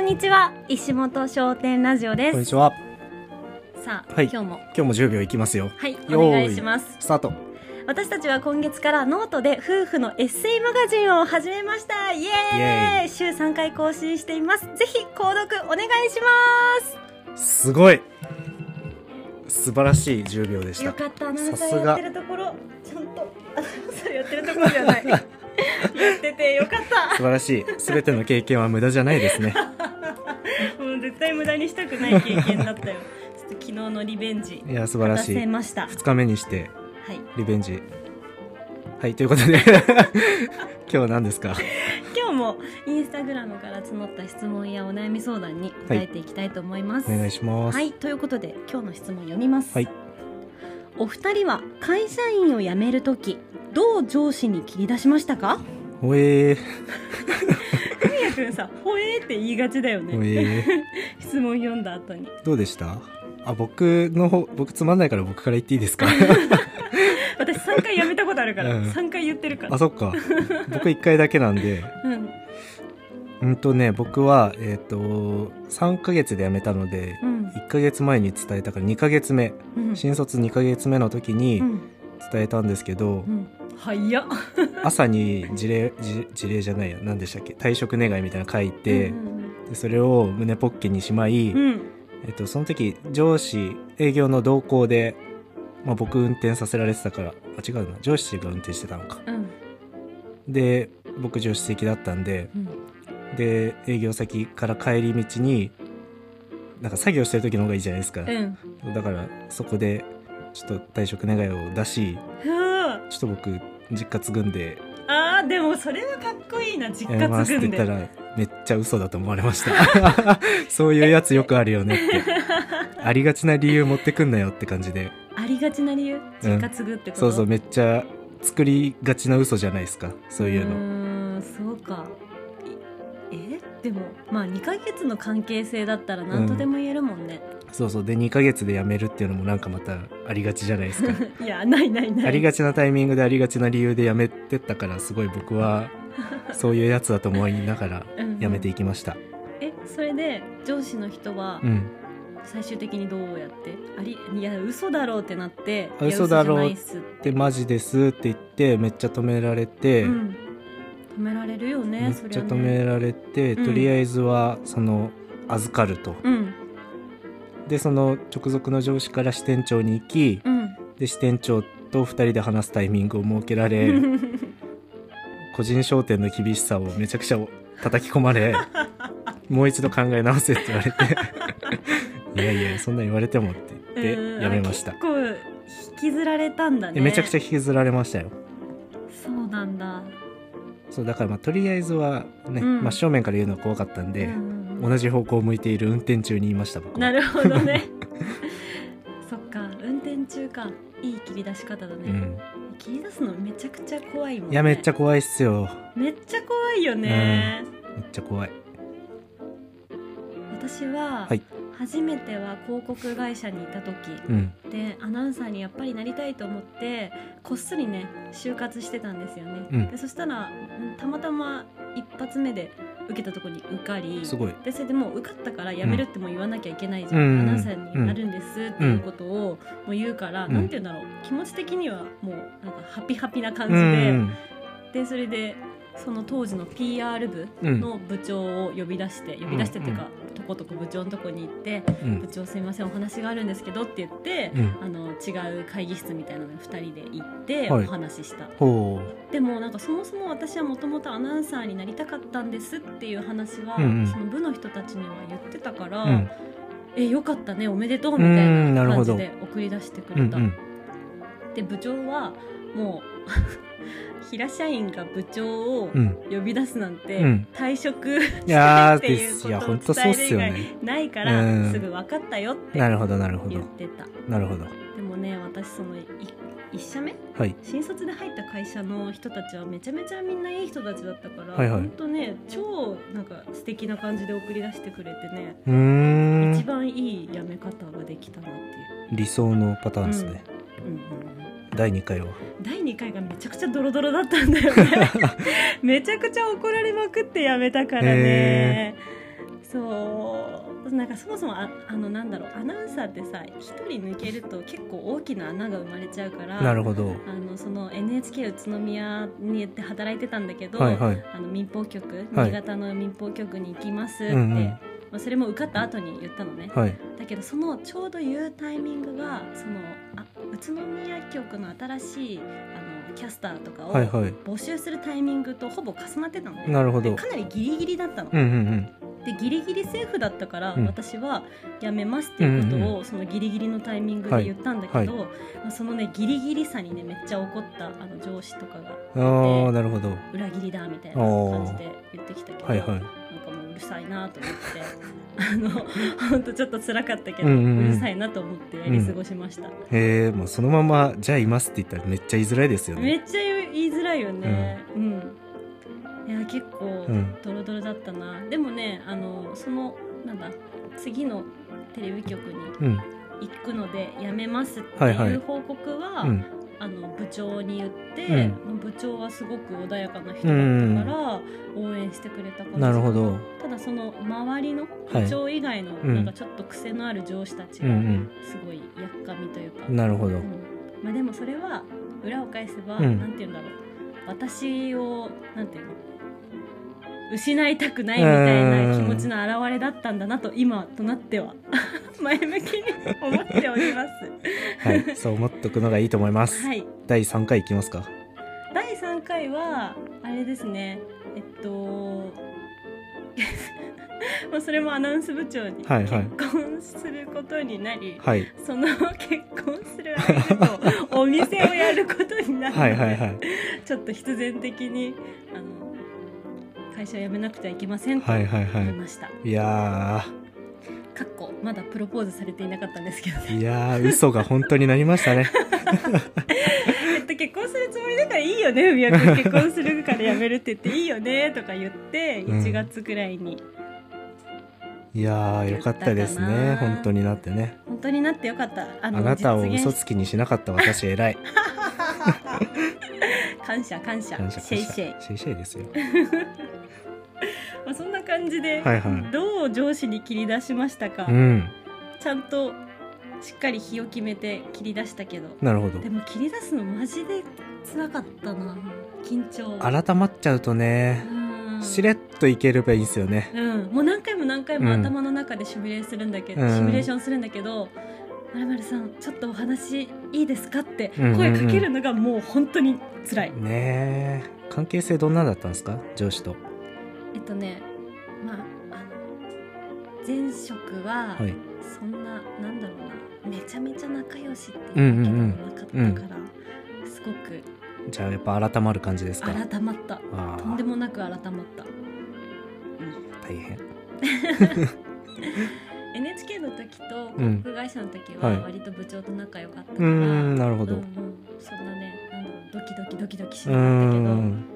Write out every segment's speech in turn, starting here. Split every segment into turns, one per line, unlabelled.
んにちは石本商店ラジオで
こんに
す
ちは。
さあ、
はい
今日も
今日も10秒いきますよ。
はい
よー
お願いします
スタート。
私たちは今月からノートで夫婦のエッセイマガジンを始めましたイエーイ
イエー
週3回更新していますぜひ購読お願いします
すごい。素晴らしい10秒でし
よ
た。
かったアナウンサ
さす
ー
が
やってるところちゃんとアナウンサーやってるところじゃ ないやっててよかった
素晴らしい。すべての経験は無駄じゃな いですね。
もう絶対無駄にしたくない経験だったよちょっと昨日のリベンジ
いや、素晴
果
ら
た
しい。
せ
2
ましたは
日目にして、
い
リベンジ。はい、ということで、 今日は何ですか
今日もインスタグラムから募った質問やお悩み相談に答えていきたいと思います。
お願いします。
はい、ということで今日の質問読みます、
はい
お二人は会社員を辞めるときどう上司に切り出しましたか
ほえー、
ふみやくんさ「ほえ」って言いがちだよ
ほ
ね
えー。
質問読んだ後に
どうでしたあ、僕の方、僕つまんないから僕から言っていいで すか
私3回辞めたことあるから、
うん
3回言ってるから
あ、そっか。僕1回だけなんで。
うん
うんとね、僕は、えっ、と、3ヶ月で辞めたので、
うん
1ヶ月前に伝えたから2ヶ月目、
うん
新卒2ヶ月目の時に
うん
伝えたんですけど、
うん早っ
朝に事例事事例じゃないや何でしたっけ退職願いみたいなの書いて、
うん
でそれを胸ポッケにしまい、
うんうん
えっと、その時上司営業の同行で、まあ、僕運転させられてたからあ違うな上司が運転してたのか
うん
で僕助手席だったんで
うん
で営業先から帰り道になんか作業してる時の方がいいじゃないですか、
うん
だからそこでちょっと退職願いを出し
ふう
ちょっと僕実家継ぐんで
あーでもそれはかっこいいな実
やめ
家
ます
継
っ
ぐ
て
ん
言った
で
らめっちゃ嘘だと思われました そういうやつよくあるよねってありがちな理由持ってくんなよって感じで
ありがちな理由実家継ぐってこと、
そうそうめっちゃ作りがちな嘘じゃないですかそういうの
ーんそうかいえでもまあ2ヶ月の関係性だったら何とでも言えるもんね、
そうそうで2ヶ月で辞めるっていうのもなんかまたありがちじゃない ですか
いやないないない
ありがちなタイミングでありがちな理由で辞めてったからすごい 僕はそういうやつだと思いながら
うん
辞めていきました
えそれで上司の人は
うん
最終的にどうやって、ありいや嘘だろうってなって
あ
いや
嘘だろう
じゃないっす
でマジですって言ってめっちゃ止められて、
うん、止められるよね
めっ
そ
ち
り
ゃ
ゃね
止められて、
うん
とりあえずはその預かると、
うん
でその直属の上司から支店長に行き、
うん
で支店長と2人で話すタイミングを設けら れ個人商店の厳しさをめちゃくちゃ叩き込 まれもう一度考え直せって言われていやいやそんな言われてもって言
う
っ
ん
てやめました
あ、結構引きずられたんだね
でめちゃくちゃ
ゃ
引きずられましたよ
そうなんだ、
そうだからまあとりあえずはね、
うん
真正面から言うのは怖かったんで、
うんうんうん
同じ方向を向いている運転中にいました僕は
なるほど ねそっか運転中かいい切り出し方だ
う
ね、
ん、
切り出すのめちゃくちゃ怖いもん、ね、
いやめっちゃ怖いっすよ
めっちゃ怖いよね、
めっちゃ怖い
私は、
はい
初めては広告会社にいた時
うん
でアナウンサーにやっぱりなりたいと思ってこっそりね就活してたんですよね、
うん
でそしたらうんたまたま一発目で受けたところに受かり
すごい
でそれでもう受かったから辞めるってもう言わなきゃいけないじゃん、
うん
アナウンサーになるんですっていうことをもう言うから、
うん
なんて言うんだろう気持ち的にはもうなんかハピハピな感
う
じで、
ん
でそれでその当時の PR 部の部長を呼び出して、呼び出してっていうか、とことこ部長のとこに行って
う
「部
ん
長すみませんお話があるんですけど」って言って、
うん
あの違う会議室みたいなのに2人で行って
は
お
い
話しした、
ほ
でもなんかそもそも私はもともとアナウンサーになりたかったんですっていう話は、
うんうん
その部の人たちには言ってたから、
ううん
えよかったねおめでとうみたいな感じで送り出してく
うんう
れた、
ん
で部長はもう 平社員が部長を
うん
呼び出すなんて、
うん
退職し
いや
たい
ー
っていうこ
いや
とを
本当そう
伝え
っ
る以
すよね
外ないから、
うん
すぐ分かったよって
なるほどなるほ
言っ
ど
てた
なるほど
でもね私そのい一社目
はい
新卒で入った会社の人たちはめちゃめちゃみんないい人たちだったから、
はい
ほ
はい
んとね超なんか素敵な感じで送り出してくれてね、
うー
一
ん
番いい辞め方ができたなってい
理想のパターンですね、
う、うんうん
第2回 は
うん、第2回がめちゃくちゃドロドロだった んだよねめちゃくちゃ怒られまくって辞めたからね、そうなんかそもそもああのなんだろうアナウンサーってさ一人抜けると結構大きな穴が生まれちゃうから
なるほど
あのその NHK 宇都宮にで働いてたんだけど、
はいはい
あの民放局
はい
新潟の民放局に行きますって、
うんうん
まあ、それも受かった後に言ったのね、
はい
だけどそのちょうど言うタイミングがそのあ宇都宮局の新しいあのキャスターとかを
はいはい
募集するタイミングとほぼ重なってたのね、
なるほ
で
ど
かなりギリギリだったの、
うんうん
でギリギリセーフだったから、
うん
私は辞めますっていうことを、
うん
そのギリギリのタイミングで言ったんだけど、まあそのねギリギリさにねめっちゃ怒ったあの上司とかが
うんああなるほどは
裏切りだみたいな感じで言ってきたけど、
いはい
なんかもううるさいなと思ってあの本当ちょっと辛かったけど、
う
うん
うんうん
るさいなと思ってやり過ごしました、
へえもうそのまま「じゃあいます」って言ったらめっちゃ言いづらいですよ
め
ね
っちゃ言いづらいよねうん、いや結構
うん
ドロドロだったな、でもねあのそのなんだ次のテレビ局に
うん
行くのでやめますって
はいはい
いう報告は、
うん
あの部長に言って、
う
部長はすごく穏やかな人だったから、応援してくれたから
なるほど
ただその周りの
はい
部長以外の
ん
なんかちょっと癖のある上司たち
う
が
ん
すごいやっかみというか、
うんなるほど
うんまあ、でもそれは裏を返せば、
うん
なんて言うんだろう私をなんて言うの失いたくないみたいな気持ちの表れだったんだなと今となっては 前向きに思っておりま。
はいそう思っとくのがいいと思いますす
はい
第3回いきますか
第3回はあれですねえっと まあそれもアナウンス部長に
はい
結
はい
婚することになり、
はい
その結婚する相手とお店をやることになって、
はいはいはい
ちょっと必然的にあの会社を辞めなくてはいけませんと
は
言
い
い
はいはい
ました、
いや
かっこまだプロポーズされていなかったんですけど
ー
ね
いやー嘘が本当になりましたね
えっと結婚するつもりだからいいよね文也君結婚するから辞めるって言っていいよねとか言って
うん
1月くらいに、
いやーよかったですね本当になってね
本当になってよかったあの
あなたを
実現
嘘つきにしなかった私偉い
感謝感謝
感謝
シ
感
ェイ
謝
シェイ、
シェイシェイですよ
まあ、そんな感じで、
はいはい
どう上司に切り出しましたか、
うん
ちゃんとしっかり日を決めて切り出したけど
なるほど
でも切り出すのマジで辛かったな緊張
改まっちゃうとね
うん
しれっといければいいんですよね
うんもう何回も何回も
うん
頭の中でシミュレーションするんだけど、
うん
シミュレーションするんだけど「まるまるさんちょっとお話いいですか?」って
うんうんうん
声かけるのがもう本当に辛い、
ねえ関係性どんなだったんですか上司と
えっとねまああの前職は
はい
そんな、なんだろうなめちゃめちゃ仲良しっていうわけでもなかったから、
うんうん
すごく
じゃあやっぱ改まる感じですか
改まった
あ
とんで
あ
もなく改まった
大変
NHK の時と
うん
航空会社の時
はい
は割と部長と仲良かった
う
か
ー
ら、
んなるほ
うんう
ど
んそんなねなんだろうドキドキドキドキし
う
なかったけど
ー
うん
ん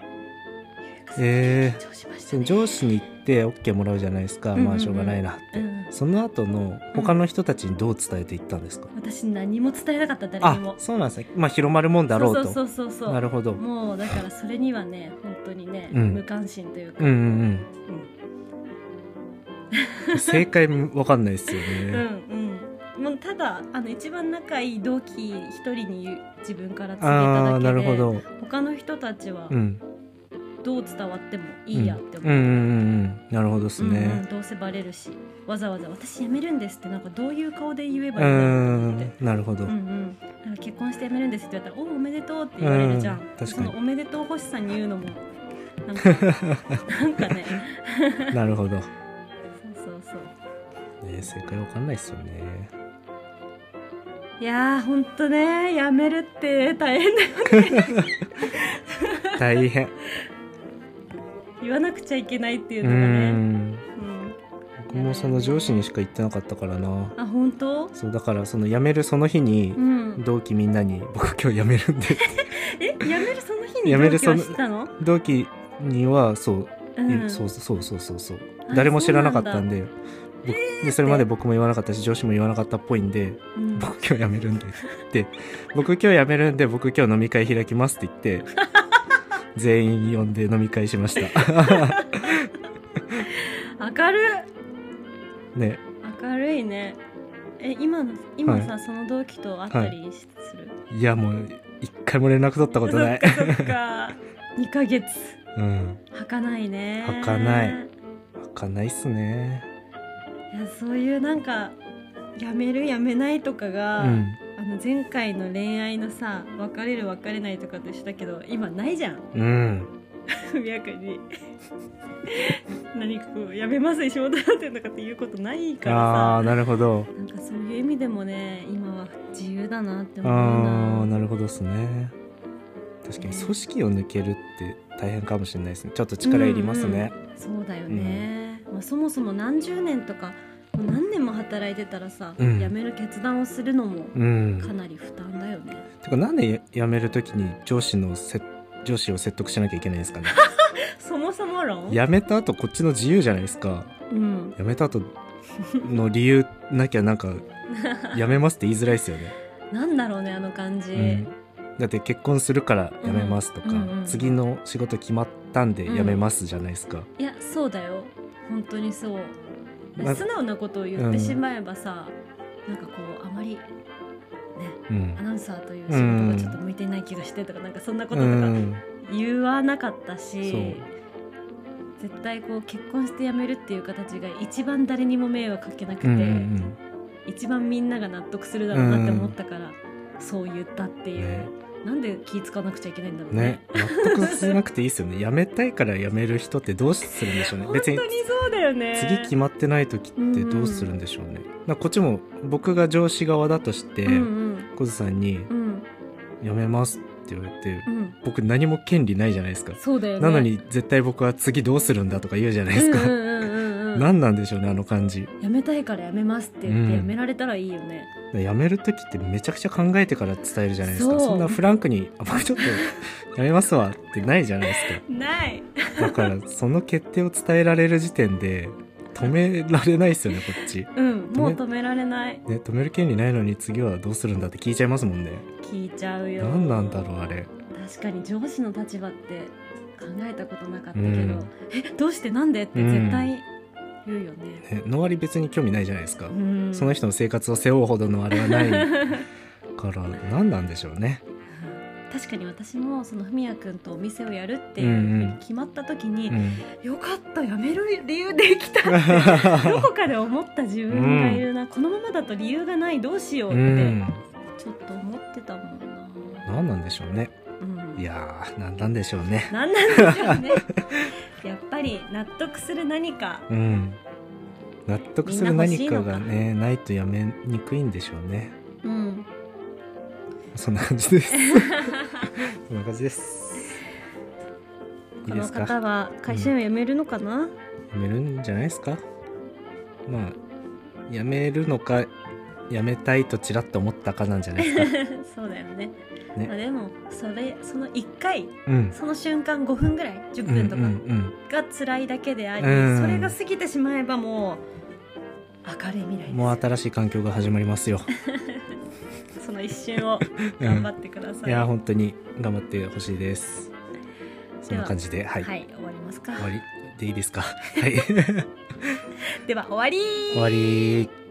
え
え
え
ー
緊張しまし
そ
た
の
ね
上司に行って OK もらうじゃないですか、
うんうんうん
まあしょうがないなって、
うん
その後の他の人たちにどう伝えていったんですか、
私何も伝えなかった誰に
あ
も
そうなんですねまあ広まるもんだろうと
そうそうそうそう
なるほどうん
もうだからそれにはね本当にね、
うん
無関心というか、
うんうん正解わかんないですよ
うん
ね、
うんもうただあの一番仲いい同期一人に言う自分から告げた
あ
だけ
あ
で
なるほど
他の人たちは
うん
どう伝わってもいいやって思
うんうんうんうんなるほどです
うんうん
ね
どうせバレるしわざわざ「私辞めるんです」ってなんかどういう顔で言え
う
ばいい
ー
んだろうと思っ
ん
て。
なるほど、
うんうん、なんか結婚して辞めるんですって言われたら「おおおめでとう」って言われるじゃん、
うん確かに
その「おめでとう」欲しさに言うのもなん かなんかね
なるほど、
そうそうそう
ね、正解わかんないですよね
いやーほんとね辞めるって大変だよ
大変
言わなくちゃいけないっていう
う
のがね
ん
うん、
僕もその上司にしか言ってなかったからな
あ本当
そうだからその辞めるその日に
うん
同期みんなに 「僕今日辞める んで
え辞めるその日に
辞め
同
るそ
居
の
はしたの」
同期にはそう、
うん
そうそうそうそうそう
あ
誰も知らなかったんで僕でそれま
っ
で
て
僕も言わなかったし上司も言わなかったっぽいんで
うん
僕今日辞めるんでって僕今日辞めるんで僕今日飲み会開きますって 言って全員呼んで飲み会しました
明る
ね
い明るいねえ今の今さ、
は
その同期と会ったりする、
いやもう一回も連絡取ったことない
そっかそっか2ヶ月
うん
儚いね
儚かない開かないっすね
いやそういうなんかやめるやめないとか
う
が、
ん
あの前回の恋愛のさ別れる別れないとかと一緒だけど今ないじゃん
うん
速やか に何かこうやめます仕事なんてとかっていうことないか
ああ
ら
なるほど
さなんかそういう意味でもね今は自由だなって思
ああ
うな
なるほどっすね確かに組織を抜けるって大変かもしれないですねちょっと力いりますね、
そうだよね、まあ、そもそも何十年とかもう何年も働いてたらさ、
うん
辞める決断をするのも
うん
かなり負担だよね、
てかなんでや辞めるときに上司のせ上司を説得しなきゃいけないんです かね
そもそも論
辞めた後こっちの自由じゃないですか
うん
辞めた後の理由なきゃなんか辞めますって言いづらいですよね、
なんだろう ねあの感じ、
うん、だって結婚するから辞めますとか、
うんうんうん
次の仕事決まったんで辞めますじゃないですか、
いやそうだよ本当にそう
ま
素直なことを言ってしまえばさ、なんかこうあまり
うん
アナウンサーという仕事がちょっと向いていない気がしてとか、なんかそんなこと
う
とか
ん
言わなかったし、
そう
絶対こう結婚して辞めるっていう形が一番誰にも迷惑かけなくて、
うんうん
一番みんなが納得するだろうなって思ったから、そう言ったっていう、
ね
なんで気使わなくちゃいけないんだろ
う
うんね
ね納得しなくていいですよね辞めたいから辞める人ってどうするんでしょうね
本
別
当
に
にそうだよね
次決まってない時ってどうするんでしょうね、なんかこっちも僕が上司側だとして、
うん
小津さんに
うんうん
「辞めます」って言われて、
うん
僕何も権利ないじゃないですか、
そうだよね
なのに絶対僕は次どうするんだとか言うじゃないですか、
うんうんうんうんうん
何なんでしょうねあの感じ
やめたいからやめますって言っ
う
て
ん
やめられたらいいよね、
辞める時ってめちゃくちゃ考えてから伝えるじゃないですか
そう
そんなフランクに「あ僕ちょっと辞めますわ」ってないじゃないです
ない
かだからその決定を伝えられる時点で止められないですよねこっち、ね、
うんもう止められない
止める権利ないのに次はどうするんだって聞いちゃいますもんね
聞いちゃうよ
何なんだろうあれ
確かに上司の立場って考えたことなかったけど、
うん
えどうしてなんでって絶対言うよね、
ねのわり別に興味ないじゃないですか、
うん
その 人の生活を背負うほどのあれはないから何なんでしょうね。
確かに私もそのふみやくんとお店をやるっていう
うんうん
ふうに決まった時に、
うん、
よかったやめる理由できた どこかで思った自分がいるな、このままだと理由がないどうしようっ
う
て、
ん、
ちょっと思ってたもんな。
何なんでしょうね。
うん、
いやー何なんでしょうね。
なんなんでしょうね。 やっぱり納得する何か。
うん、納得する何かが
みんな欲し
ねないとやめにくいんでしょうね。
うん。
そんな感じです。そんな感じです。いい
こ
で
の
すか。
方は会社員を辞めるのかな。
やめるんじゃないですか。まあやめるのかやめたいとちらっと思ったかなんじゃないで すか。
そうだよね。
ね
まあでもそれその一回
うん。
その瞬間5分ぐらい10
うんう
分とか
ん
が辛いだけであり、
うん
それが過ぎてしまえばもう明るい未来
う
で
ん。
す。
もう新しい環境が始まりますよ。
その一瞬を
う
頑
ん
張ってください。
いやー本当に頑張ってほしいです。そんな感じで、はい、
はい、終わりますか
終。わりでいいですか。はい、
では終わり
終わり。